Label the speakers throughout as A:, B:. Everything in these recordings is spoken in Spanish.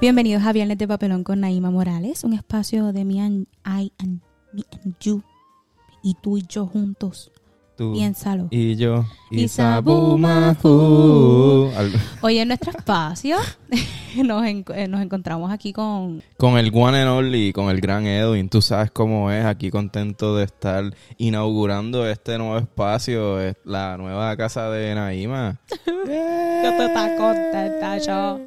A: Bienvenidos a Viernes de Papelón con Naima Morales, un espacio de me and, I and, me and you. Y tú y yo juntos.
B: Tú
A: Piénsalo.
B: y yo.
A: Y
B: Isabumahu. Al-
A: Hoy en nuestro espacio nos, en- eh, nos encontramos aquí con...
B: Con el one and only, con el gran Edwin, tú sabes cómo es, aquí contento de estar inaugurando este nuevo espacio, es la nueva casa de Naima.
A: Yo te está contenta, yo.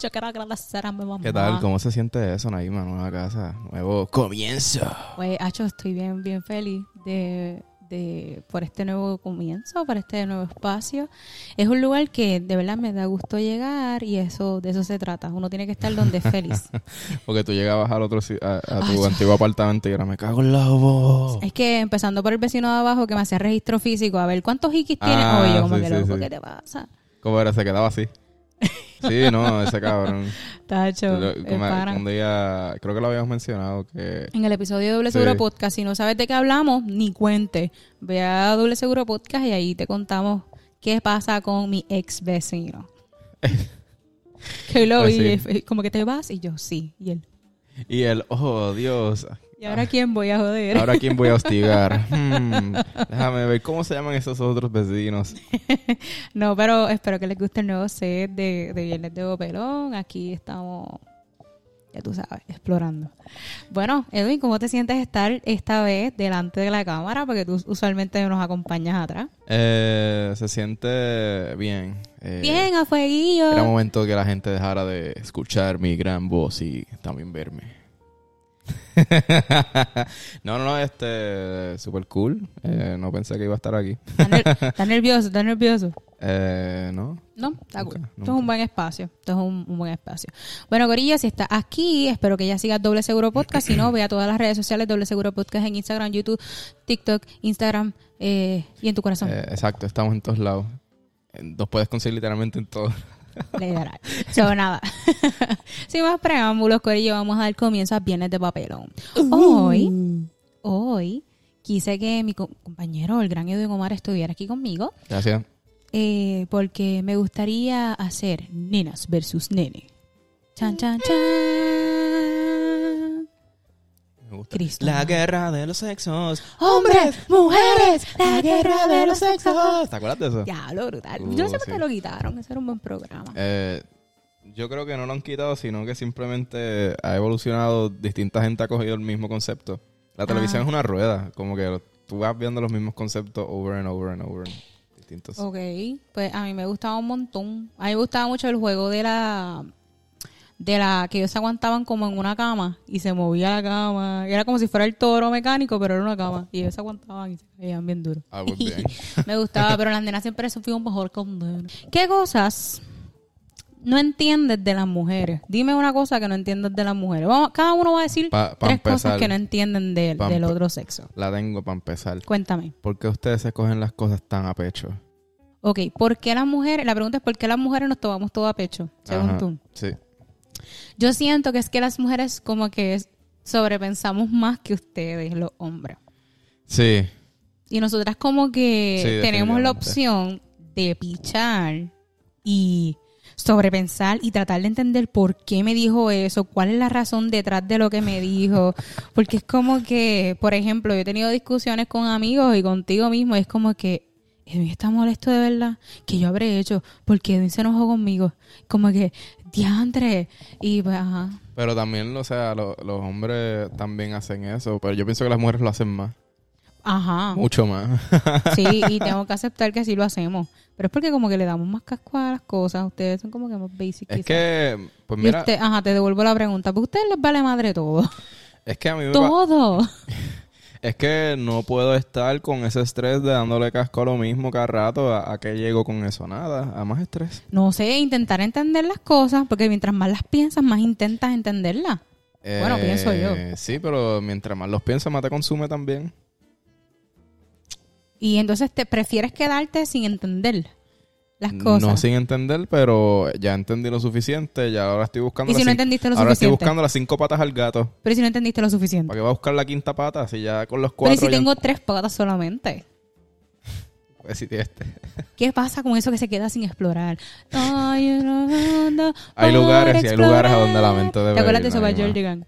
A: Yo quiero agradecer a mi mamá.
B: ¿Qué tal? ¿Cómo se siente eso, Naima? Nueva casa, nuevo comienzo.
A: Pues, Acho, estoy bien, bien feliz de, de- por este nuevo comienzo, por este nuevo espacio. Es un lugar que de verdad me da gusto llegar y eso de eso se trata. Uno tiene que estar donde es feliz.
B: Porque tú llegabas al otro, si- a, a
A: Ay,
B: tu antiguo apartamento y ahora me cago en la voz.
A: es que empezando por el vecino de abajo que me hacía registro físico, a ver cuántos hikis
B: Ah,
A: tienes hoy. Yo como
B: sí,
A: que
B: sí,
A: loco,
B: sí.
A: ¿qué te pasa?
B: ¿Cómo era? Se quedaba así. Sí, no, ese cabrón.
A: Tacho,
B: Lo-
A: el
B: como-
A: pana.
B: un día, creo que lo habíamos mencionado, que
A: En el episodio de Doble
B: Sí.
A: Seguro Podcast, si no sabes de qué hablamos, ni cuente. Ve a Doble Seguro Podcast y ahí te contamos qué pasa con mi ex vecino. que hoy lo
B: Pues
A: vi,
B: sí.
A: y fue como que te vas y yo sí. Y él,
B: Y él, oh Dios,
A: ¿y
B: Ah.
A: ahora quién voy a joder?
B: ahora quién voy a hostigar. Hmm, déjame ver cómo se llaman esos otros vecinos.
A: No, pero espero que les guste el nuevo set de, de Viernes de Bopelón. Aquí estamos, ya tú sabes, explorando. Bueno, Edwin, ¿cómo te sientes estar esta vez delante de la cámara? Porque tú usualmente nos acompañas atrás.
B: Eh, se siente bien. Eh,
A: Bien, a fueguillo.
B: Era momento que la gente dejara de escuchar mi gran voz y también verme. no, no, no, este, super cool. Eh, no pensé que iba a estar aquí.
A: Está ner- está nervioso, está nervioso.
B: Eh, no,
A: No, está
B: Nunca,
A: cool. Esto es
B: nunca.
A: un buen espacio. Esto es un, un buen espacio. Bueno, Corilla, si estás aquí, espero que ya sigas Doble Seguro Podcast. Si no, ve a todas las redes sociales Doble Seguro Podcast en Instagram, YouTube, TikTok, Instagram eh, y en tu corazón.
B: Eh, exacto, estamos en todos lados. Eh, Nos puedes conseguir literalmente en todo.
A: Literal. So, nada. Sin más preámbulos, Corillo, vamos a dar comienzo a Viernes de Papelón. Hoy, hoy, quise que mi co- compañero, el gran Edwin Omar, estuviera aquí conmigo.
B: Gracias.
A: eh, porque me gustaría hacer nenas versus nene. Chan, chan, chan.
B: Me gusta.
A: Cristo.
B: La guerra de los sexos.
A: Hombres, mujeres, la guerra de los sexos.
B: Ah, ¿Te acuerdas de eso?
A: Diablo, brutal.
B: Uh,
A: Yo no sé por
B: sí.
A: qué lo quitaron, ese era un buen programa.
B: Eh, yo creo que no lo han quitado, sino que simplemente ha evolucionado. Distinta gente ha cogido el mismo concepto. La
A: Ah.
B: televisión es una rueda, como que lo- tú vas viendo los mismos conceptos over and over and over. Distintos.
A: Ok, pues a mí me gustaba un montón. A mí me gustaba mucho el juego de la... De la que ellos se aguantaban como en una cama y se movía la cama. Era como si fuera el toro mecánico, pero era una cama. Y ellos se aguantaban y se caían bien duro.
B: Ah, pues bien.
A: Me gustaba, pero las nenas siempre sufrieron mejor con nenas. ¿Qué cosas no entiendes de las mujeres? Dime una cosa que no entiendes de las mujeres. Vamos, cada uno va a decir
B: Pa- pa
A: tres cosas
B: empezar.
A: que no entienden de-
B: Pa
A: del
B: empe-
A: otro sexo.
B: La tengo para empezar.
A: Cuéntame.
B: ¿Por qué ustedes se cogen las cosas tan a pecho?
A: Ok, ¿por qué las mujeres? La pregunta es ¿por qué las mujeres nos tomamos todo a pecho? Según
B: Ajá,
A: tú.
B: Sí.
A: Yo siento que es que las mujeres como que es- sobrepensamos más que ustedes, los hombres.
B: Sí.
A: Y nosotras como
B: Sí,
A: que tenemos la
B: definitivamente.
A: opción de pichar y sobrepensar y tratar de entender por qué me dijo eso, cuál es la razón detrás de lo que me dijo. Porque es como que, por ejemplo, yo he tenido discusiones con amigos y contigo mismo y es como que Edwin está molesto de verdad, que yo habré hecho, porque Edwin se enojó conmigo. Como que, diantre. Y pues, ajá.
B: Pero también, o sea, lo- los hombres también hacen eso. Pero yo pienso que las mujeres lo hacen más.
A: Ajá.
B: Mucho más.
A: Sí, y tengo que aceptar que así lo hacemos. Pero es porque como que le damos más casco a las cosas. Ustedes son como que más basic.
B: es
A: quizás.
B: que, pues
A: Y
B: mira,
A: usted- ajá, te devuelvo la pregunta. Porque a ustedes les vale madre todo.
B: es que a mí me pa-
A: Todo.
B: Es que no puedo estar con ese estrés de dándole casco a lo mismo cada rato. ¿A, a qué llego con eso? Nada, a más estrés.
A: No sé, intentar entender las cosas. Porque mientras más las piensas, más intentas entenderlas. Bueno, pienso yo.
B: Eh, Sí, pero mientras más los piensas, más te consume también.
A: Y entonces te prefieres quedarte sin entender las cosas.
B: No sin entender, pero ya entendí lo suficiente. Ya ahora estoy buscando.
A: ¿Y si
B: las
A: no
B: cin-
A: entendiste lo
B: Ahora estoy
A: suficiente?
B: buscando las cinco patas al gato.
A: Pero si no entendiste lo suficiente.
B: ¿Para qué va a buscar la quinta pata? Si ya con los
A: Pero
B: cuatro.
A: ¿y si
B: ya-
A: tengo tres patas solamente.
B: Pues si tienes-
A: ¿Qué pasa con eso que se queda sin explorar? Ay, no, no, mundo.
B: Hay
A: por
B: lugares y hay lugares a donde la
A: explorar.
B: mente debe
A: ¿Te acuerdas
B: ir,
A: de eso,
B: nadie más.
A: Jordigan?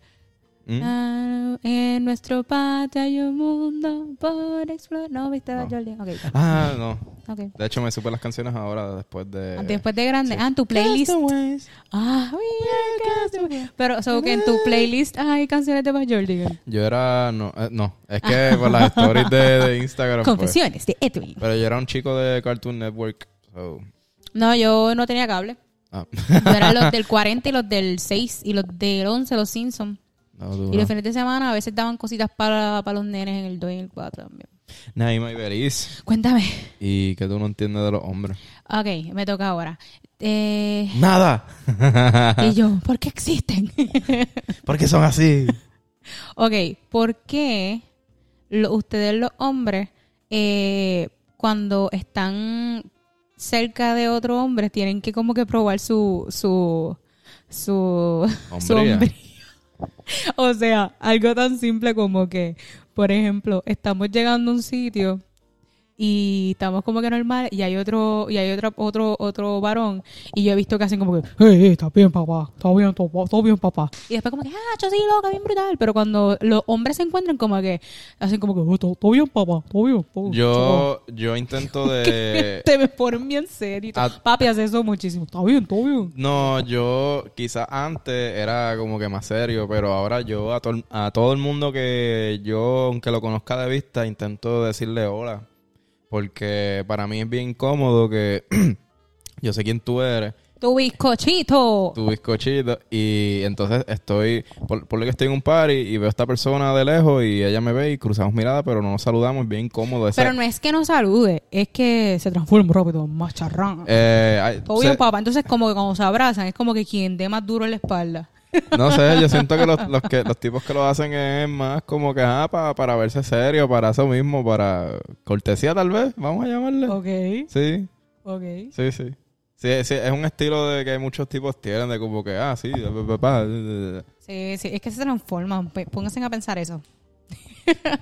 B: ¿Mm?
A: Ah, en nuestro patio hay un mundo por explorar. No, viste a
B: No.
A: Jordigan. Ok,
B: Ah, no.
A: ok.
B: De hecho, me supe las canciones ahora después de.
A: Ah, Después de grande.
B: sí.
A: Ah, en tu playlist.
B: Castaways.
A: Ah, we are castaways. Pero, so que en tu playlist hay canciones de Bad Jordigan.
B: Yo era. No, eh, no. es que por las stories de, de Instagram. pues.
A: Confesiones de Edwin.
B: Pero yo era un chico de Cartoon Network. so,
A: No, yo no tenía cable.
B: ah,
A: Yo eran los del 40 y los del 6 y los del 11, los Simpsons.
B: no, tú
A: Y
B: no.
A: los fines de semana a veces daban cositas para, para los nenes en el 2 y el 4 también.
B: Naima Iberiz.
A: Cuéntame.
B: ¿Y que tú no entiendes de los hombres?
A: Ok, me toca ahora. Eh,
B: ¡Nada!
A: y yo, ¿por qué existen?
B: Porque son así.
A: ok, ¿por qué lo- ustedes los hombres eh, cuando están cerca de otro hombre tienen que como que probar su... su su su
B: Hombría.
A: hombría. O sea, algo tan simple como que, por ejemplo, estamos llegando a un sitio y estamos como que normal y hay otro y hay otro otro otro varón y yo he visto que hacen como que
C: Hey, hey, está bien, papá. Está bien, papá. Está bien, papá.
A: y después como que ah yo sí loca bien brutal pero cuando los hombres se encuentran como que hacen como que
C: Oh, Está está bien, papá. Está bien, está
A: Uh,
C: bien.
B: Yo, yo intento de.
A: te me ponen bien serio y todo.
B: Ah.
A: papi hace eso muchísimo
C: Está bien, está bien.
B: No, yo quizás antes era como que más serio, pero ahora yo a, tol- a todo el mundo que yo, aunque lo conozca de vista, intento decirle hola. Porque para mí es bien incómodo que yo sé quién tú eres,
A: tu bizcochito
B: tu bizcochito, y entonces estoy, por, por lo que estoy en un party y veo a esta persona de lejos y ella me ve y cruzamos mirada, pero no nos saludamos, es bien incómodo. Ese-
A: pero no es que no salude es que se transforma
C: Transforme rápido, macharrán.
B: eh, ay,
A: todo
B: se-
A: bien papá entonces como que cuando se abrazan es como que quien dé más duro en la espalda
B: No sé, yo siento que los, los que los tipos que lo hacen es más como que ah, pa- para verse serio, para eso mismo, para cortesía tal vez, vamos a llamarle.
A: Ok,
B: Sí,
A: ok.
B: sí, sí. Sí, sí, es un estilo de que muchos tipos tienen, de como que, ah, sí, pa, pa, pa,
A: Sí, sí, es que se transforman. P- Pónganse a pensar eso.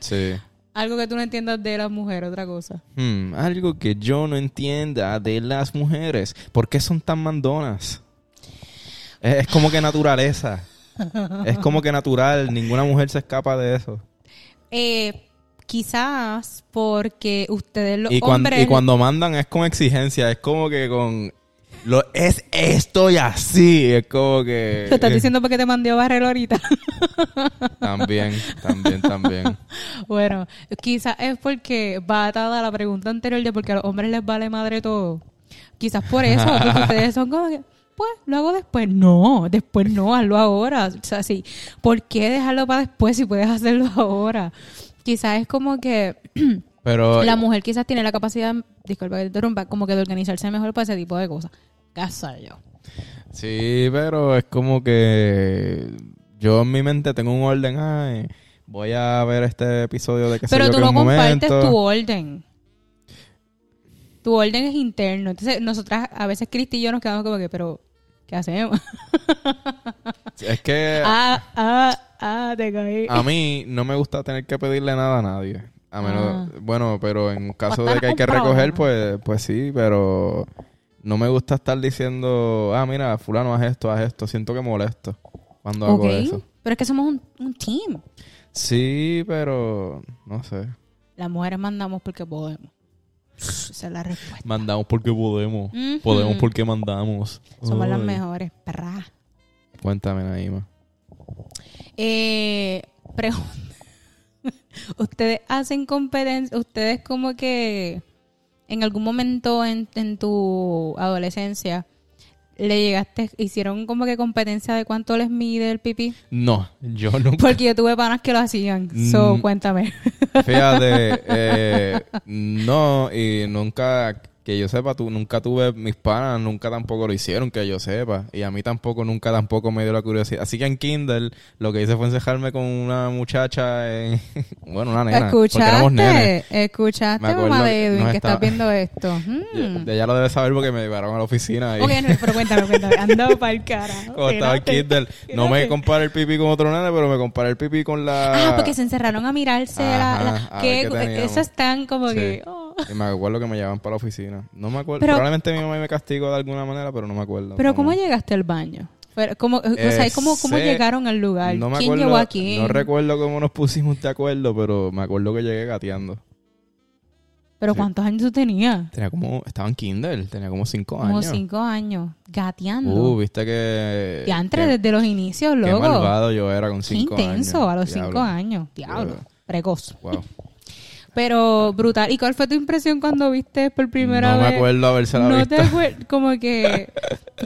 B: sí.
A: Algo que tú no entiendas de las mujeres, otra cosa.
B: Hmm, algo que yo no entienda de las mujeres, ¿por qué son tan mandonas? Es, es como que naturaleza. Es como que natural, ninguna mujer se escapa de eso.
A: Eh, quizás porque ustedes los
B: y, cuan-
A: hombres...
B: y cuando mandan es con exigencia, es como que con... Lo, es esto y así, es como que... eh,
A: Te estás diciendo porque te mandé a barrer ahorita.
B: También, también, también.
A: bueno, quizás es porque va atada a la pregunta anterior de porque a los hombres les vale madre todo. Quizás por eso, porque ustedes son como que... Pues, lo hago después. No, después no, hazlo ahora. O sea, sí. ¿Por qué dejarlo para después si puedes hacerlo ahora? Quizás es como que...
B: Pero...
A: La mujer quizás tiene la capacidad, disculpa que te interrumpa, como que de organizarse mejor para ese tipo de cosas. Casa yo.
B: Sí, pero es como que... Yo en mi mente tengo un orden, ay, voy a ver este episodio de que
A: Pero tú
B: que
A: no
B: un
A: compartes
B: momento.
A: tu orden. Tu orden es interno. Entonces, nosotras, a veces Cristi y yo nos quedamos como que, pero, ¿qué hacemos?
B: Es que
A: ah, ah, ah, te caí.
B: a mí no me gusta tener que pedirle nada a nadie. A menos, bueno, pero en caso
A: Ah. Pues
B: de que hay que
A: estás ocupado,
B: recoger,
A: ¿no?
B: pues, pues sí, pero no me gusta estar diciendo, ah, mira, fulano, haz esto, haz esto. Siento que molesto cuando
A: ok.
B: hago eso.
A: Pero es que somos un, un team.
B: Sí, pero no sé.
A: Las mujeres mandamos porque podemos. Esa es la respuesta.
B: Mandamos porque podemos.
A: Ujú.
B: Podemos porque mandamos.
A: Somos las
B: Ay.
A: mejores, perra.
B: Cuéntame, Naima.
A: Eh, pregunta. ¿Ustedes hacen competencia? ¿Ustedes como que en algún momento en, en tu adolescencia le llegaste, hicieron como que competencia de cuánto les mide el pipí?
B: No, yo nunca.
A: Porque yo tuve panas que lo hacían. So,
B: Mm.
A: cuéntame.
B: Fíjate, eh, no, y nunca, que yo sepa, tú, nunca tuve, mis panas nunca tampoco lo hicieron, que yo sepa, y a mí tampoco, nunca tampoco me dio la curiosidad. Así que en Kindle, lo que hice fue encejarme con una muchacha, en- bueno, una nena, porque éramos nenes.
A: ¿Escuchaste?
B: Me
A: ¿Escuchaste,
B: acuerdo
A: mamá
B: que
A: de Edwin,
B: nos
A: que
B: estaba-
A: estás viendo esto? Mm.
B: Ya- Ella lo debe saber porque me llevaron a la oficina y
A: Ok, no, pero cuéntame, cuéntame. Andaba para el cara.
B: como estaba en Kindle, no me comparé el pipí con otro nene, pero me comparé el pipí con la...
A: Ah, porque se Ah, encerraron a mirarse.
B: Ah. Ajá,
A: la- la-
B: a ver
A: que,
B: qué teníamos.
A: esas están como
B: Sí.
A: que. oh,
B: Y me acuerdo que me llevaban para la oficina. No me acuerdo.
A: Pero-
B: Probablemente mi mamá me castigó de alguna manera, pero no me acuerdo.
A: Pero
B: No,
A: ¿cómo
B: no.
A: llegaste al baño? Pero, ¿cómo, o sea,
B: Eh,
A: ¿cómo, cómo
B: sé.
A: llegaron al lugar?
B: No me
A: ¿Quién
B: acuerdo-
A: llevó a quién?
B: No recuerdo cómo nos pusimos de acuerdo, pero me acuerdo que llegué gateando.
A: ¿Pero
B: sí.
A: cuántos años tú tenías?
B: Tenía como... Estaba en kinder. Tenía como cinco
A: Como
B: años.
A: cinco años. Gateando.
B: Uh, viste que...
A: y antes,
B: que-
A: desde los inicios,
B: Qué
A: loco.
B: malvado yo era con
A: Qué
B: cinco
A: intenso
B: años.
A: a los
B: Diablo.
A: cinco años. Diablo.
B: Diablo.
A: Precoz.
B: Wow.
A: Pero brutal. ¿Y cuál fue tu impresión cuando viste por primera
B: no
A: vez?
B: me acuerdo haberse la
A: no
B: visto.
A: te acuerdas, como que,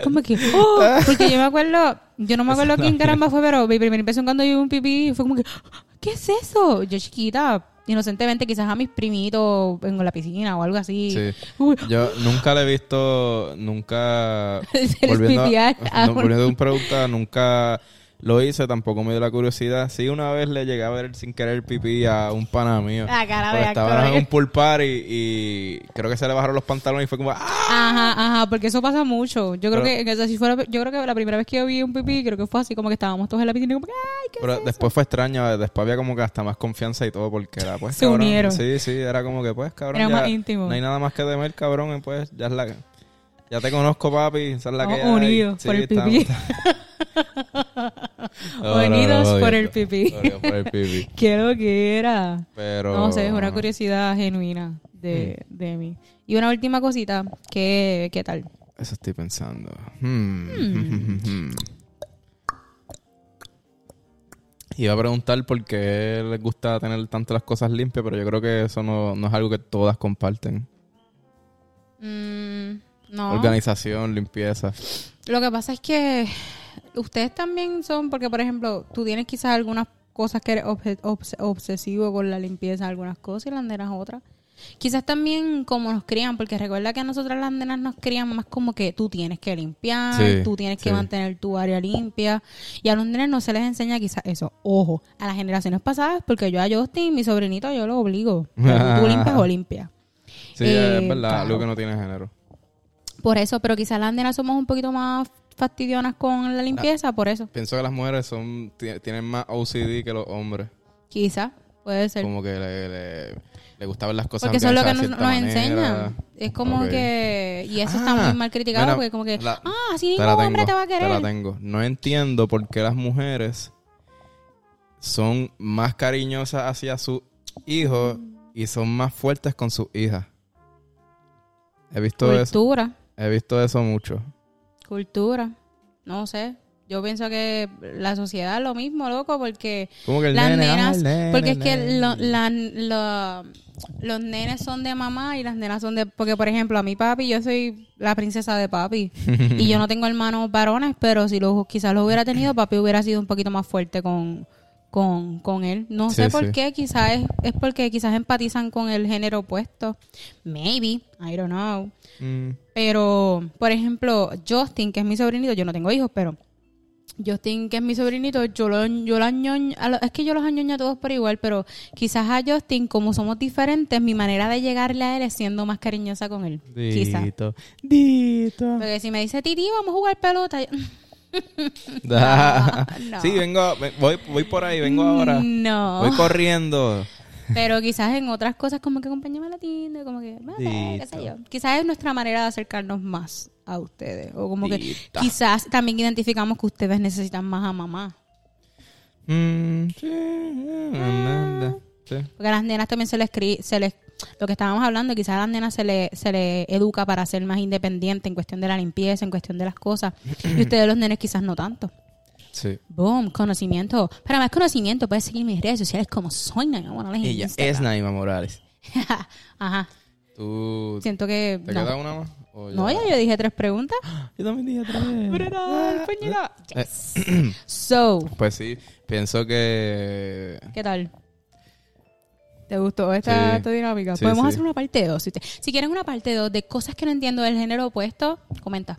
A: como que, ¡oh! porque yo me acuerdo, yo no me acuerdo quién caramba fue, pero mi primera impresión cuando yo vi un pipí fue como que, ¿qué es eso? Yo chiquita, inocentemente, quizás a mis primitos en la piscina o algo así.
B: Sí.
A: Uy,
B: Yo nunca le he visto, nunca...
A: Se les
B: volviendo,
A: pipiar a
B: a, no,
A: uno.
B: volviendo a una pregunta, nunca lo hice, tampoco me dio la curiosidad. Sí, una vez le llegué a ver sin querer pipí a un pana mío.
A: La cara
B: Porque
A: de
B: estaban
A: actor.
B: en un pool party y creo que se le bajaron los pantalones y fue como... ¡Ah!
A: Ajá, ajá, porque eso pasa mucho. Yo creo
B: Pero-
A: que, que eso sí fuera, yo creo que la primera vez que yo vi un pipí, creo que fue así como que estábamos todos en la piscina, y como que, ¡ay, qué
B: Pero después fue extraño, después había como que hasta más confianza y todo porque era pues
A: Se
B: cabrón.
A: unieron.
B: Sí, sí, era como que pues cabrón.
A: Era
B: ya
A: más íntimo.
B: No hay nada más que temer, cabrón, y pues ya es la... Ya te conozco, papi, esa es la que
A: Estamos
B: hay.
A: unidos por el
B: estamos-
A: pipí.
B: No, no, no,
A: Unidos
B: no,
A: por
B: no,
A: el
B: no,
A: pipí.
B: unidos por el pipí.
A: qué lo que era?
B: Pero... Mm.
A: No sé, es una curiosidad genuina de, de mí. Y una última cosita, ¿qué, qué tal?
B: Eso estoy pensando. Hmm. Iba a preguntar por qué les gusta tener tanto las cosas limpias, pero yo creo que eso no, no es algo que todas comparten.
A: Mm, no.
B: Organización, limpieza.
A: Lo que pasa es que ustedes también son, porque por ejemplo, tú tienes quizás algunas cosas que eres obje- obs- obsesivo con la limpieza, algunas cosas y las nenas otras. Quizás también como nos crían, porque recuerda que a nosotras las nenas nos crían más como que tú tienes que limpiar,
B: Sí,
A: tú tienes que
B: sí.
A: mantener tu área limpia. Y a los nenes no se les enseña quizás eso. Ojo, a las generaciones pasadas, porque yo a Justin, mi sobrinito, yo lo obligo. Tú limpias o limpias.
B: Sí,
A: Eh,
B: es verdad,
A: claro.
B: algo que no tiene género.
A: Por eso, pero quizás las nenas somos un poquito más fastidionas con la limpieza, por eso.
B: Pienso que las mujeres son ti- tienen más OCD que los hombres.
A: Quizá, puede ser.
B: Como que le, le, le gusta ver las cosas
A: Porque eso es lo que nos,
B: organizadas
A: nos
B: de cierta
A: enseñan.
B: manera.
A: Es como
B: Ok.
A: que... Y eso está
B: Ah,
A: muy mal criticado
B: mira,
A: porque como que...
B: la-
A: ah, así
B: Te
A: ningún
B: la
A: hombre
B: tengo,
A: te va a
B: la
A: querer.
B: tengo. No entiendo por qué las mujeres son más cariñosas hacia sus hijos y son más fuertes con sus hijas. He visto eso,
A: Cultura,
B: he visto eso mucho.
A: cultura. No sé. Yo pienso que la sociedad es lo mismo, loco, porque...
B: Como que el
A: Las
B: nene,
A: nenas,
B: ah, el nene,
A: porque es
B: el
A: que
B: nene.
A: lo- la- lo- los nenes son de mamá y las nenas son de... Porque, por ejemplo, a mi papi, yo soy la princesa de papi. y yo no tengo hermanos varones, pero si los, quizás los hubiera tenido, papi hubiera sido un poquito más fuerte con, con, con él. No
B: Sí,
A: sé por
B: sí.
A: qué, quizás es, es porque quizás empatizan con el género opuesto. Maybe, I don't know.
B: Mm,
A: Pero, por ejemplo, Justin, que es mi sobrinito, yo no tengo hijos, pero Justin, que es mi sobrinito, yo lo, yo lo añoño- a lo- es que yo los añoño a todos por igual, pero quizás a Justin, como somos diferentes, mi manera de llegarle a él es siendo más cariñosa con él. Quizás.
B: Dito, Dito.
A: Porque si me dice, Titi, vamos a jugar pelota, yo- no. Mm,
B: Sí, vengo, ve- voy, voy por ahí, vengo ahora.
A: No.
B: Voy corriendo.
A: Pero quizás en otras cosas como que acompáñame a la tienda, como que, no sé, qué sé yo. Quizás es nuestra manera de acercarnos más a ustedes. O como que
B: Dita.
A: quizás también identificamos que ustedes necesitan más a mamá.
B: Mm, sí, eh, Amanda, sí.
A: Porque a las nenas también se les, cri- se les lo que estábamos hablando, quizás a las nenas se les se le educa para ser más independiente en cuestión de la limpieza, en cuestión de las cosas. Y ustedes los nenes quizás no tanto.
B: Sí.
A: Boom, conocimiento. Para más conocimiento puedes seguir mis redes sociales como soy Naima Morales en
B: Ella es
A: Instagram.
B: Naima Morales.
A: Ajá.
B: Tú
A: Siento que...
B: ¿Te
A: no.
B: queda una más? ¿O
A: No, ya yo dije tres preguntas.
B: Yo también dije tres.
A: Yes. So,
B: Pues sí, pienso que.
A: ¿qué tal? ¿Te gustó esta,
B: Sí.
A: esta dinámica?
B: Sí,
A: Podemos
B: sí.
A: hacer una parte 2. Si, usted- si quieres una parte 2 de cosas que no entiendo del género opuesto, comenta.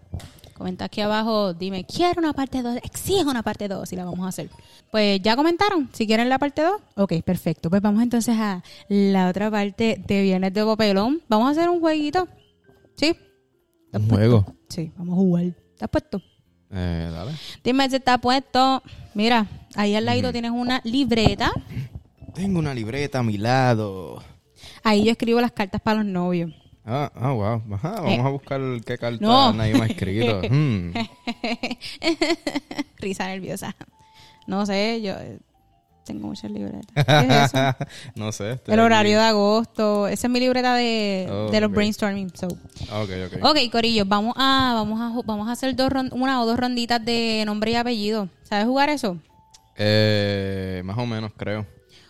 A: Comenta aquí abajo, dime, quiero una parte 2, exijo una parte 2 y la vamos a hacer. Pues ya comentaron, si quieren la parte 2. Ok, perfecto. Pues vamos entonces a la otra parte de Viernes de Papelón. Vamos a hacer un jueguito. ¿Sí?
B: Un juego.
A: Sí, vamos a jugar. ¿Estás puesto?
B: Eh, dale.
A: Dime si está puesto. Mira, ahí al ladito tienes una libreta.
B: Tengo una libreta a mi lado.
A: Ahí yo escribo las cartas para los novios.
B: Ah, ah, wow. Ajá, vamos a buscar qué carta
A: Eh. No.
B: nadie me ha escrito. Hmm.
A: Risa nerviosa. No sé, yo eh, tengo muchas libretas. ¿Qué es eso?
B: no sé. estoy
A: El
B: aquí.
A: horario de agosto. Esa es mi libreta de,
B: Oh,
A: de los
B: ok.
A: brainstorming. So.
B: Ah, Ok, ok.
A: Ok, Corillo, vamos a, vamos a, ju- vamos a hacer dos ron- una o dos ronditas de nombre y apellido. ¿Sabes jugar eso?
B: Eh, más o menos, creo.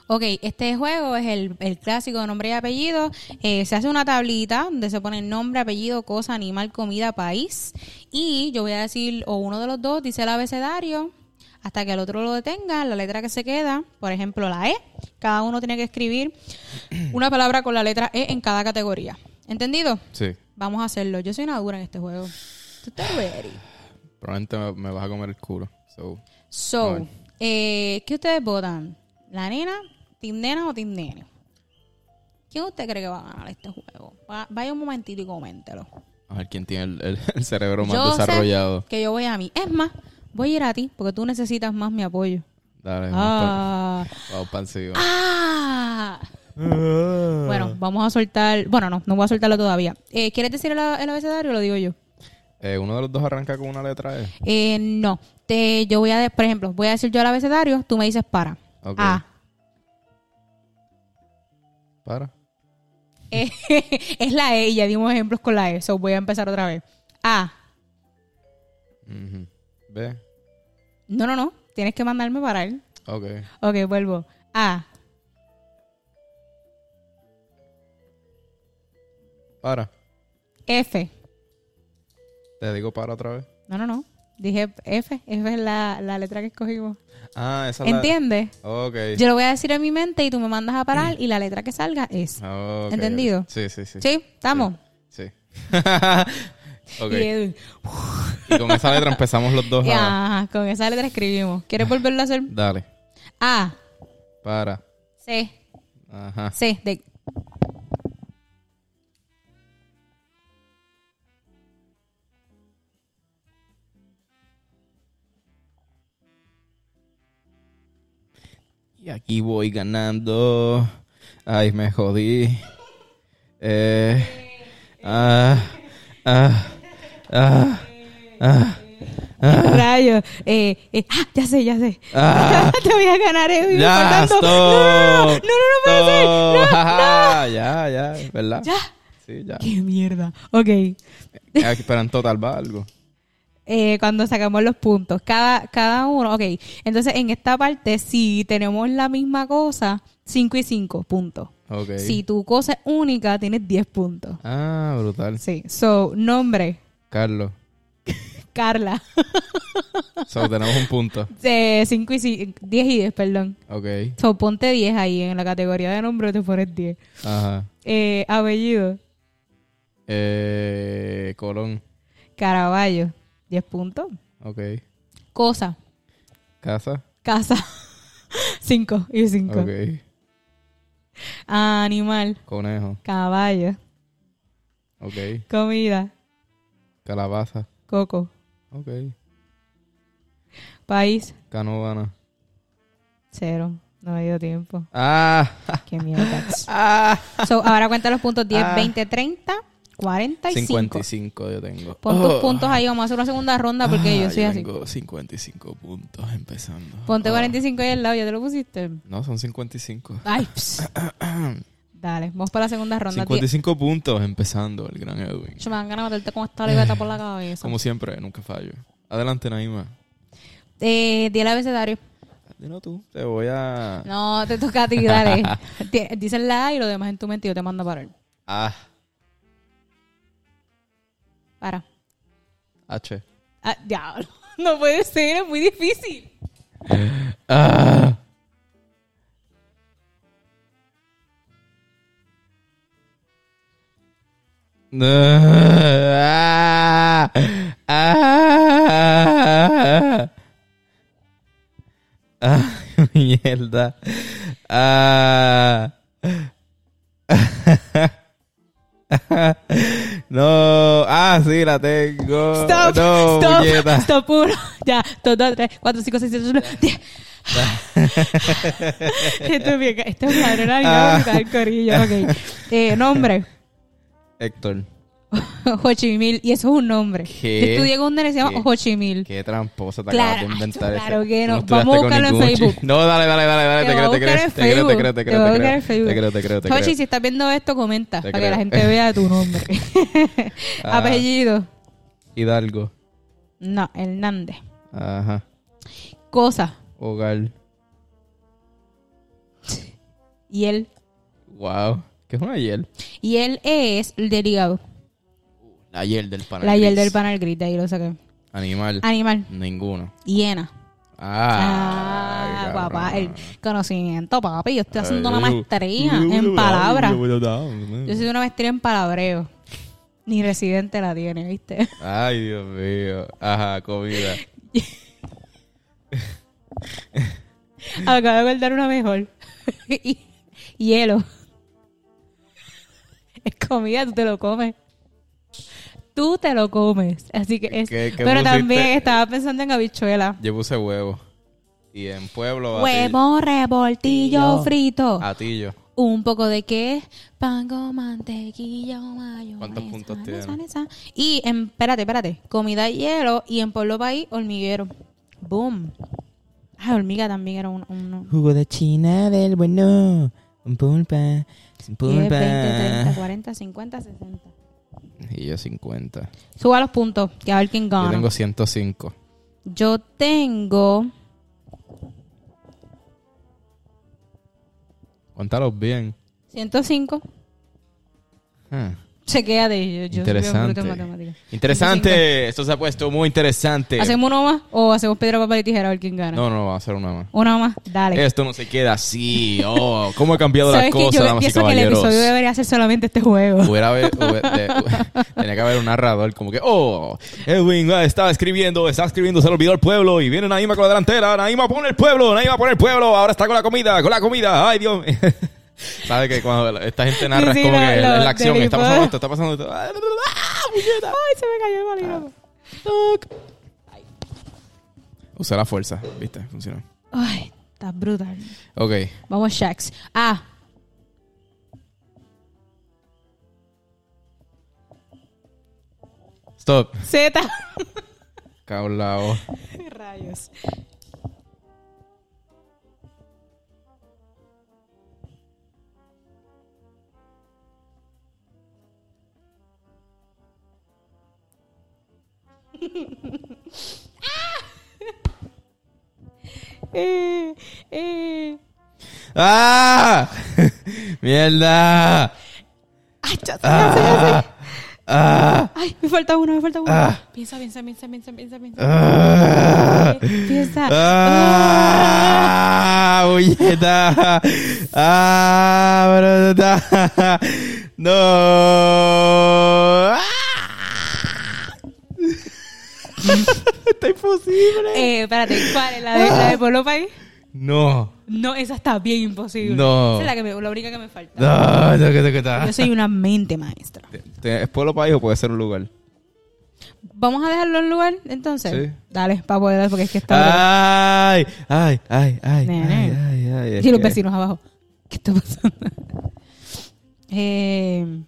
A: Ok, este juego es el, el clásico de nombre y apellido. Eh, se hace una tablita donde se pone nombre, apellido, cosa, animal, comida, país. Y yo voy a decir, o uno de los dos dice el abecedario hasta que el otro lo detenga, la letra que se queda, por ejemplo, la E. Cada uno tiene que escribir una palabra con la letra E en cada categoría. ¿Entendido?
B: Sí.
A: Vamos a hacerlo. Yo soy una dura en este juego. ¿Tú estás ready?
B: Probablemente me, me vas a comer el culo. So,
A: So,
B: Bueno.
A: eh, ¿qué ustedes votan? ¿La nena, team nena o team nene? ¿Quién usted cree que va a ganar este juego? Va- vaya un momentito y coméntelo.
B: a ver quién tiene el, el- el cerebro más
A: Yo sé
B: desarrollado.
A: que yo voy a mí. Es más, voy a ir a ti porque tú necesitas más mi apoyo.
B: Dale, vamos
A: Ah.
B: pa- vamos para encima.
A: Ah.
B: Ah.
A: Bueno, vamos a soltar. Bueno, no, no voy a soltarlo todavía. Eh, ¿Quieres decir el, el abecedario o lo digo yo?
B: Eh, uno de los dos arranca con una letra E.
A: Eh, no. Te, yo voy a, de- por ejemplo, voy a decir yo el abecedario, tú me dices para.
B: Ok.
A: A.
B: Para.
A: Eh, es la E y ya dimos ejemplos con la E. So voy a empezar otra vez. A.
B: Ujú. B.
A: No, no, no. Tienes que mandarme para él.
B: Ok.
A: Ok, vuelvo. A.
B: Para.
A: F.
B: Te digo para otra vez.
A: No, no, no. Dije F. F es la, la letra que escogimos.
B: Ah, esa es la... E.
A: ¿Entiendes?
B: Ok.
A: Yo lo voy a decir en mi mente y tú me mandas a parar y la letra que salga es.
B: Mm. Ah, ok,
A: ¿Entendido?
B: ok. Sí, sí, sí.
A: ¿Sí? ¿Estamos?
B: Sí. ok.
A: Y Edwin,
B: Y con esa letra empezamos los dos a...
A: ajá, con esa letra escribimos. ¿Quieres volverlo a hacer?
B: Dale.
A: A.
B: Para.
A: C.
B: Ajá.
A: C. De...
B: Y aquí voy ganando. Ay, me jodí. Eh, ah, ah, ah, ah,
A: Rayo. Eh, eh, ah, ya sé, ya sé.
B: ah.
A: Te voy a ganar, Edwin. por
B: Ya,
A: tanto.
B: stop.
A: No, no, no, no, no, no puede ser.
B: Stop. Ajá, Ya, ya, ¿verdad?
A: Ya.
B: Sí, ya.
A: Qué mierda. Ok.
B: Ah, Pero en total va algo.
A: Eh, cuando sacamos los puntos, cada, cada uno, ok. Entonces, en esta parte, si tenemos la misma cosa, 5 y 5 puntos.
B: Ok.
A: Si tu cosa es única, tienes 10 puntos.
B: Ah, brutal.
A: Sí. So, nombre,
B: Carlos.
A: Carla.
B: So, tenemos un punto.
A: Eh, cinco y 5, 10 y 10, perdón.
B: Ok.
A: So, ponte 10 ahí en la categoría de nombre, te pones 10.
B: Ajá.
A: Eh, apellido,
B: Eh, Colón.
A: Caraballo, 10 puntos.
B: Ok.
A: Cosa,
B: Casa.
A: Casa. Cinco y cinco.
B: Ok.
A: Animal.
B: Conejo.
A: Caballo.
B: Ok.
A: Comida.
B: Calabaza.
A: Coco.
B: Ok.
A: País.
B: Canovana.
A: Cero. No me dio tiempo.
B: Ah.
A: Qué mierda.
B: ah.
A: So, ahora cuenta los puntos 10,
B: Ah.
A: 20, 30, 45.
B: 55 yo tengo.
A: Pon tus puntos ahí. Vamos a hacer una segunda ronda porque
B: Oh. Ah,
A: yo soy así.
B: tengo 55 puntos empezando.
A: Ponte
B: Ah.
A: 45 ahí al lado. ¿Ya te lo pusiste?
B: No, son 55.
A: Ay, ps. Dale. Vamos para la segunda ronda.
B: 55 puntos empezando el gran Edwin.
A: Diez. Yo me dan ganas de meterte con esta libreta por la cabeza.
B: Como siempre, nunca fallo. Adelante, Naima.
A: Eh, di el abecedario.
B: No tú, te voy a...
A: No, te toca a ti, dale. Ti- Dices la A y lo demás en tu mente y yo te mando a parar.
B: Ah,
A: Para.
B: H.
A: Ah, diablo. No puede ser, es muy difícil.
B: Ah. Ah. Ah. Ah, mierda. Ah. No, ah, sí, la tengo.
A: Stop, stop,
B: no, puñeta.
A: stop, uno. Ya, dos, dos, tres, cuatro, cinco, seis, siete, ocho, nueve, diez. esto es bien, esto es cabrón, ahí
B: Ah.
A: va a gritar el corillo, ok. Eh, nombre,
B: Héctor,
A: Ho Chi Minh, y eso es un nombre.
B: ¿Qué?
A: Yo estudié con un nene que se
B: ¿Qué?
A: llama Ho Chi Minh.
B: qué tramposa te
A: Claro,
B: acabas de inventar
A: ay, claro
B: ese.
A: que no. Vamos
B: estudiaste
A: a
B: con
A: buscarlo en
B: ningún chi-
A: Facebook.
B: No, dale, dale, dale, dale,
A: Te voy
B: te
A: a buscar en
B: creo, te creo, te
A: Facebook.
B: creo, te
A: Te voy a
B: creo, te
A: buscar en
B: creo,
A: Facebook.
B: te creo, te creo, te
A: Hochi,
B: creo.
A: si estás viendo esto, comenta
B: Te
A: para que la
B: creo.
A: gente vea tu nombre.
B: Ah.
A: Apellido,
B: Hidalgo,
A: no, Hernández.
B: ajá,
A: Cosa,
B: hogar,
A: y él.
B: wow, ¿qué es una hiel?
A: Y él es el del hígado.
B: La hiel del panal.
A: La hiel
B: gris.
A: del panal gris, de ahí lo saqué.
B: Animal,
A: Animal,
B: ninguno.
A: hiena. Ah,
B: Ah,
A: papá, el
B: cabrón.
A: conocimiento, papi. Yo estoy haciendo una
B: Ay,
A: maestría en palabras. Yo soy una maestría en palabreo. Ni residente la tiene, ¿viste?
B: Ay, Dios mío. Ajá, comida.
A: Acabo de guardar una mejor. Y- Hielo. Es comida, tú te lo comes. Tú te lo comes. Así que es.
B: ¿Qué- qué
A: Pero también
B: pusiste?
A: estaba pensando en habichuela.
B: Yo puse huevo. Y en Pueblo,
A: Huevo, revoltillo, frito.
B: Atillo.
A: Un poco de qué? Pan con mantequilla, mayo.
B: ¿Cuántos puntos tiene?
A: Y en, espérate, espérate. Comida y hielo. Y en Pueblo País, hormiguero. Boom. Ah, hormiga también era un, uno.
D: Jugo de China del bueno. Un pulpa. Un
A: 10, 20,
D: pulpa.
A: 30, 40, 50, 60.
B: Y yo 50.
A: Suba los puntos, que a ver quién gana.
B: Yo tengo 105.
A: Yo tengo-
B: Cuéntalos bien.
A: 105.
B: Ah,
A: Se queda de ellos. Yo soy bien bruta en
B: Interesante.
A: matemáticas.
B: Interesante. Esto se ha puesto muy interesante.
A: ¿Hacemos uno más o hacemos piedra, papel y tijera a ver quién gana?
B: No, no, va a ser una más.
A: Una más, dale.
B: Esto no se queda así. Oh, cómo ha cambiado la
A: ¿Sabes qué?
B: cosa,
A: Yo
B: damas y
A: pienso que el
B: caballeros.
A: episodio debería ser solamente este juego.
B: Hubiera haber- hube- de- tenía que haber un narrador como que, oh, Edwin ah, estaba escribiendo, está escribiendo, se le olvidó el pueblo y viene Naima con la delantera, Naima pone el pueblo, Naima pone el pueblo, ahora está con la comida, con la comida, ay Dios. mío. Sabes que cuando esta gente narra
A: Sí,
B: es como
A: sí,
B: que
A: lo-
B: es
A: lo
B: la acción,
A: del
B: está
A: hipo-
B: pasando esto, está pasando esto. Ah, puñeta.
A: Ay, se me cayó el bolígrafo.
B: Ah. Usé la fuerza, viste, funcionó.
A: Ay, está brutal.
B: Ok,
A: Vamos, Shax. Ah.
B: stop.
A: Z.
B: Cablao.
A: Rayos. Eh, eh.
B: ¡Ah! ¡Mierda!
A: Ay, ya sé, ya sé, ya sé.
B: ¡Ah! ¡Ah!
A: Ay, me falta uno, me falta uno.
B: Ah.
A: Piensa, piensa, piensa, piensa, piensa, piensa.
B: ¡Ah!
A: Piensa.
B: ¡Ah! ¡Bulleta! ¡Ah! ¡Bruta! ¡No! ¡Ah! ¡Está imposible!
A: Eh, espérate, ¿cuál es la de,
B: Ah.
A: la de Pueblo País?
B: ¡No!
A: No, esa está bien imposible.
B: No.
A: Esa es la, que me- la única que me falta.
B: ¡No! ¡No! que- que-
A: Yo
B: que-
A: soy una mente maestra.
B: Te- ¿Es pueblo país o puede ser un lugar?
A: ¿Vamos a dejarlo en lugar entonces?
B: Sí. Ah,
A: Dale, para poder, porque es que está.
B: ¡Ay! ¡Ay! ¡Ay! ¡Ay!
A: Nene.
B: ¡Ay! ¡Ay! ay,
A: y
B: es
A: los
B: que-
A: vecinos abajo. ¿Qué está pasando? eh,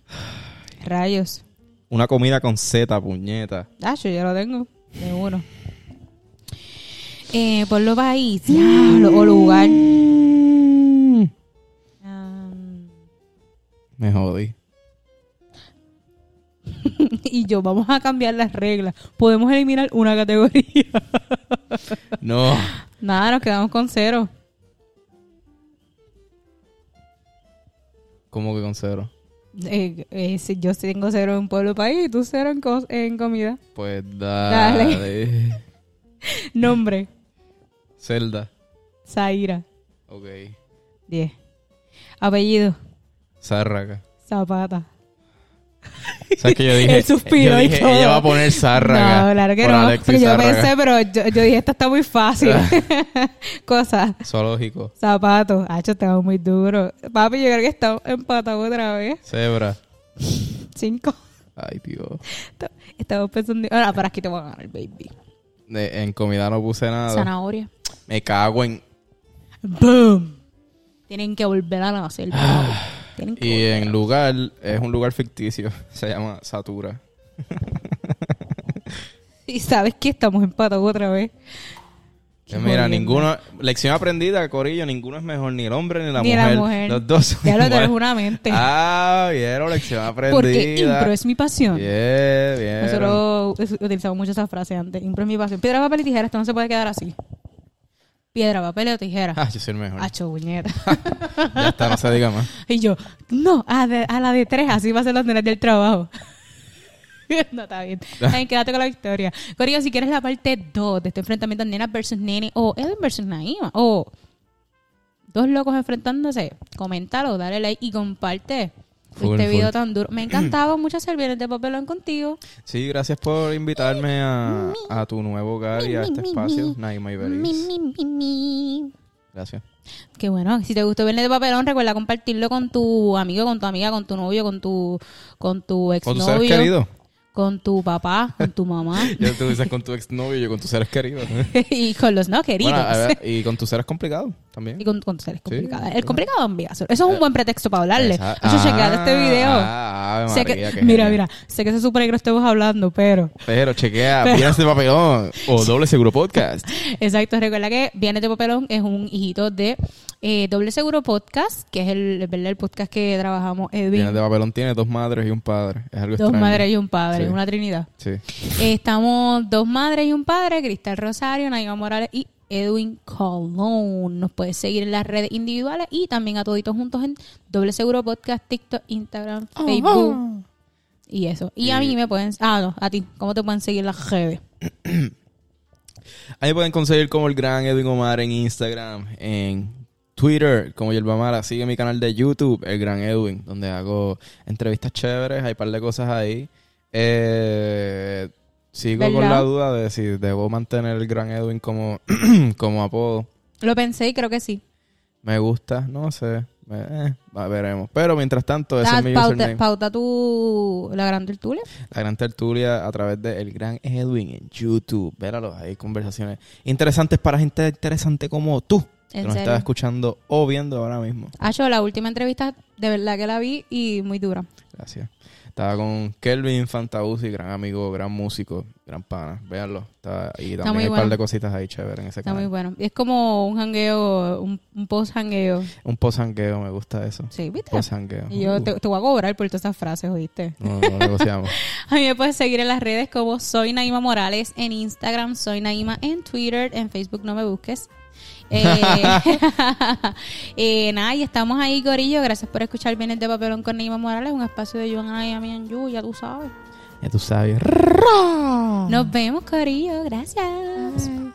A: rayos.
B: Una comida con Z, puñeta.
A: Ah, yo ya lo tengo. De uno. Eh, Pueblo País. Diablo, o lugar. Ah,
B: Me jodí.
A: y yo, vamos a cambiar las reglas. Podemos eliminar una categoría.
B: No.
A: Nada, nos quedamos con cero.
B: ¿Cómo que con cero?
A: Eh, eh, si yo tengo cero en Pueblo País y tú cero en, cos- en comida.
B: Pues dale.
A: Nombre,
B: Zelda.
A: Zaira.
B: Ok.
A: 10. Apellido,
B: Zárraga.
A: Zapata.
B: ¿Sabes que yo dije?
A: El suspiro
B: yo
A: y
B: dije,
A: todo.
B: Ella va a poner Zárraga.
A: No, claro que
B: por
A: no.
B: Alexis
A: yo
B: Zárraga. Ah.
A: pensé, pero yo, yo dije, esta está muy fácil. Cosa,
B: Zoológico.
A: zapato. Hacho, estaba muy duro. Papi, yo creo que estamos empatados otra vez.
B: Zebra.
A: 5.
B: Ay, Dios.
A: Estamos pensando. "Ah, Ahora, para aquí te voy a ganar, baby.
B: De- en comida no puse nada.
A: Zanahoria.
B: Me cago en.
A: ¡Boom! Tienen que volver a nacer.
B: Ah.
A: Tienen que
B: Y
A: volver.
B: en lugar, es un lugar ficticio, se llama Satura.
A: Y sabes que estamos empatados otra vez. Qué
B: Pues Mira,
A: jodienda.
B: ninguno, lección aprendida, Corillo, ninguno es mejor, ni el hombre ni la,
A: Ni la
B: mujer.
A: mujer.
B: Los dos son
A: Ya lo
B: iguales.
A: tenés una mente.
B: Ah, vieron, lección aprendida.
A: Porque impro es mi pasión.
B: Bien, bien.
A: Nosotros es- utilizamos mucho esa frase antes. Impro es mi pasión. Piedra, papel y tijera. Esto no se puede quedar así. Piedra, papel o tijera.
B: Ah, yo soy el mejor.
A: Hacho, buñeta.
B: Ya está, no se diga más.
A: Y yo, no, a, de- a la de tres, así va a ser los nenes del trabajo. no, está bien. Está bien, quédate con la victoria. Corillo, si quieres la parte 2 de este enfrentamiento nenas versus nene o Eden versus Naima o dos locos enfrentándose, coméntalo, dale like y comparte
B: Full,
A: este video
B: full.
A: tan duro. Me encantaba muchas servilletas de papelón contigo.
B: Sí, gracias por invitarme a, a tu nuevo hogar y a este espacio, Naima y
A: Mi,
B: Belis.
A: mi, mi, mi.
B: Gracias.
A: Qué bueno, si te gustó Viernes de Papelón, recuerda compartirlo con tu amigo, con tu amiga, con tu novio, con tu con tu
B: Con tus
A: exnovio.
B: seres queridos.
A: con tu papá, con tu mamá
B: Ya tú dices con tu exnovio y yo con tus seres queridos.
A: y con los no queridos.
B: Bueno, a ver, y con tus seres complicados también.
A: y con, con seres complicadas.
B: Sí. Eh,
A: El complicado envía. Eso es un buen pretexto para hablarle.
B: Esa-
A: Eso chequeate este video.
B: Ah, ave
A: Sé que-
B: María, qué
A: mira,
B: genial.
A: mira, sé que se supone que no estemos hablando, pero
B: Pero chequea, mira este papelón o doble seguro podcast.
A: exacto, recuerda que Vienes de Papelón es un hijito de eh, Doble Seguro Podcast, que es el, ¿verdad? el podcast que trabajamos Edwin.
B: Vienes de papelón tiene dos madres y un padre. Es algo
A: Dos
B: extraño.
A: madres y un padre,
B: Sí.
A: una trinidad.
B: Sí.
A: Eh, Estamos dos madres y un padre, Cristal Rosario, Naima Morales y Edwin Colón. Nos puedes seguir en las redes individuales y también a toditos juntos en Doble Seguro Podcast, TikTok, Instagram, Facebook y eso. Y a mí me pueden... Ah, no, a ti. ¿Cómo te pueden seguir las redes?
B: Ahí pueden conseguir como el gran Edwin Omar en Instagram, en Twitter, como Yerba Mala. Sigue mi canal de YouTube, El Gran Edwin, donde hago entrevistas chéveres, hay un par de cosas ahí. Eh, sigo con
A: ¿Verdad?
B: la duda de si debo mantener el Gran Edwin como, como apodo.
A: Lo pensé y creo que sí.
B: Me gusta, no sé. Eh, va, veremos. Pero mientras tanto, ese
A: Da-
B: es mi
A: Ah, pauta,
B: username.
A: pauta tu... La gran tertulia.
B: La gran tertulia a través de El Gran Edwin en YouTube. Véralos, hay conversaciones interesantes para gente interesante como tú. Que
A: En
B: nos
A: serio.
B: estás escuchando o viendo ahora mismo.
A: Acho, Ah, la última entrevista de verdad que la vi y muy dura.
B: Gracias. Estaba con Kelvin Fantabuzzi, gran amigo, gran músico, gran pana. Véanlo. Está, y
A: Está
B: también
A: muy
B: hay un
A: bueno.
B: par de cositas ahí chéveres en ese
A: Está
B: canal.
A: muy bueno. Y es como un jangueo, un, un post-jangueo.
B: Un posangueo, me gusta eso.
A: Sí, ¿viste?
B: Posangueo.
A: Y yo te, te voy a cobrar por todas esas frases, ¿oíste?
B: No, no negociamos.
A: A mí me puedes seguir en las redes como soy Naima Morales en Instagram, soy Naima en Twitter, en Facebook no me busques. Eh, eh, nada, y estamos ahí, Gorillo. Gracias por escuchar Bienes de Papelón con Naima Morales, un espacio de Joan y Amian Yu, ya tú sabes.
B: ya tú sabes.
A: Nos vemos, Corillo. Gracias.